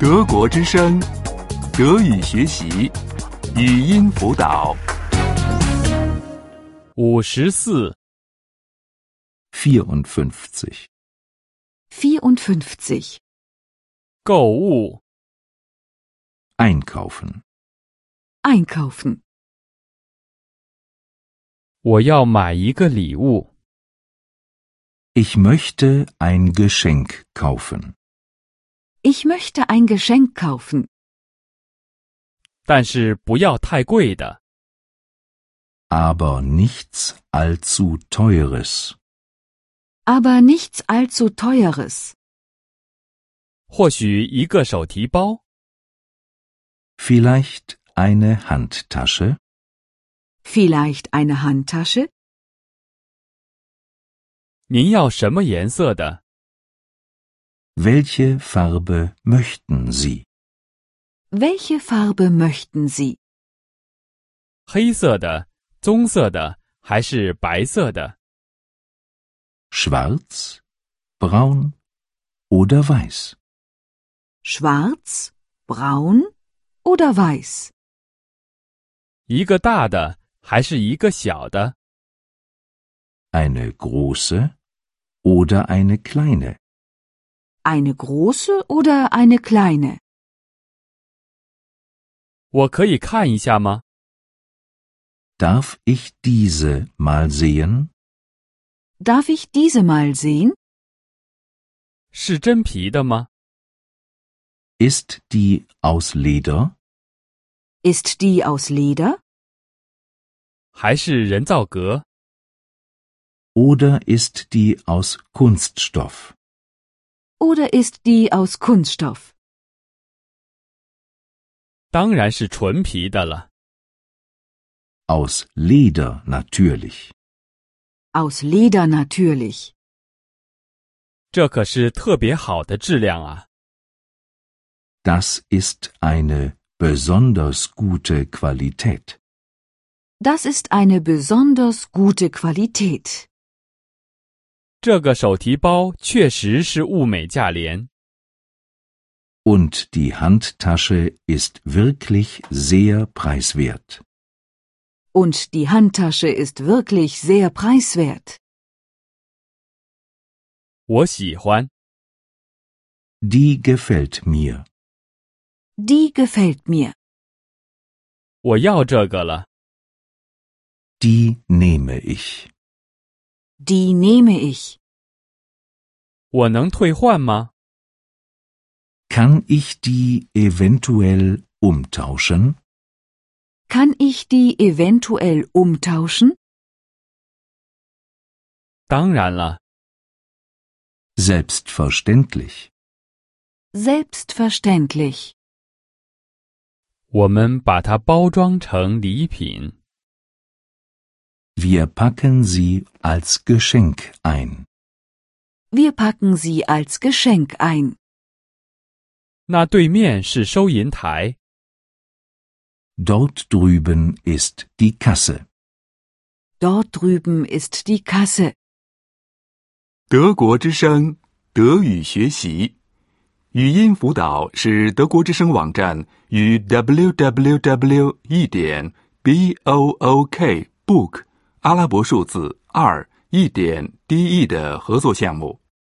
德国之声，德语学习，语音辅导。五十四， 54. 54. 购物， Einkaufen. Einkaufen. 我要买一个礼物。 Ich möchte ein Geschenk kaufen. Ich möchte ein Geschenk kaufen, 但是不要太贵的， Aber nichts allzu teures. aber nichts allzu teures. 或许一个手提包， Vielleicht eine Handtasche? Vielleicht eine Handtasche? 您要什么颜色的？ Welche Farbe möchten Sie? Welche Farbe möchten Sie? 黑色的、棕色的还是白色的？ Schwarz, braun oder weiß? Schwarz, braun oder weiß? 一个大的还是一个小的？ Eine große oder eine kleine? Eine große oder eine kleine? 我可以看一下吗？ Darf ich diese mal sehen? Darf ich diese mal sehen? 是真皮的吗？ Ist die aus Leder? Ist die aus Leder 还是人造革？ Oder ist die aus Kunststoff? oder ist die aus Kunststoff? 当然是纯皮的了。 Aus Leder natürlich. Aus Leder natürlich. 这可是特别好的质量啊！ Das ist eine besonders gute Qualität. Das ist eine besonders gute Qualität. 这个手提包确实是物美价廉。 Und die Handtasche ist wirklich sehr preiswert. Und die Handtasche ist wirklich sehr preiswert. 我喜欢， Die gefällt mir. Die gefällt mir. 我要这个了。 Die nehme ich. Die nehme ich. 我能退换吗？ Kann ich die eventuell umtauschen? Kann ich die eventuell umtauschen? 当然了， Selbstverständlich. Selbstverständlich. 我们把它包装成礼品。 Wir packen sie als Geschenk ein. Wir packen sie als Geschenk ein. 那对面是收银台， Dort drüben ist die Kasse. Dort drüben ist die Kasse. 德国之声，德语学习，语音辅导是德国之声网站与 www. 一点 b o o k book 阿拉伯数字二一点 d e 的合作项目。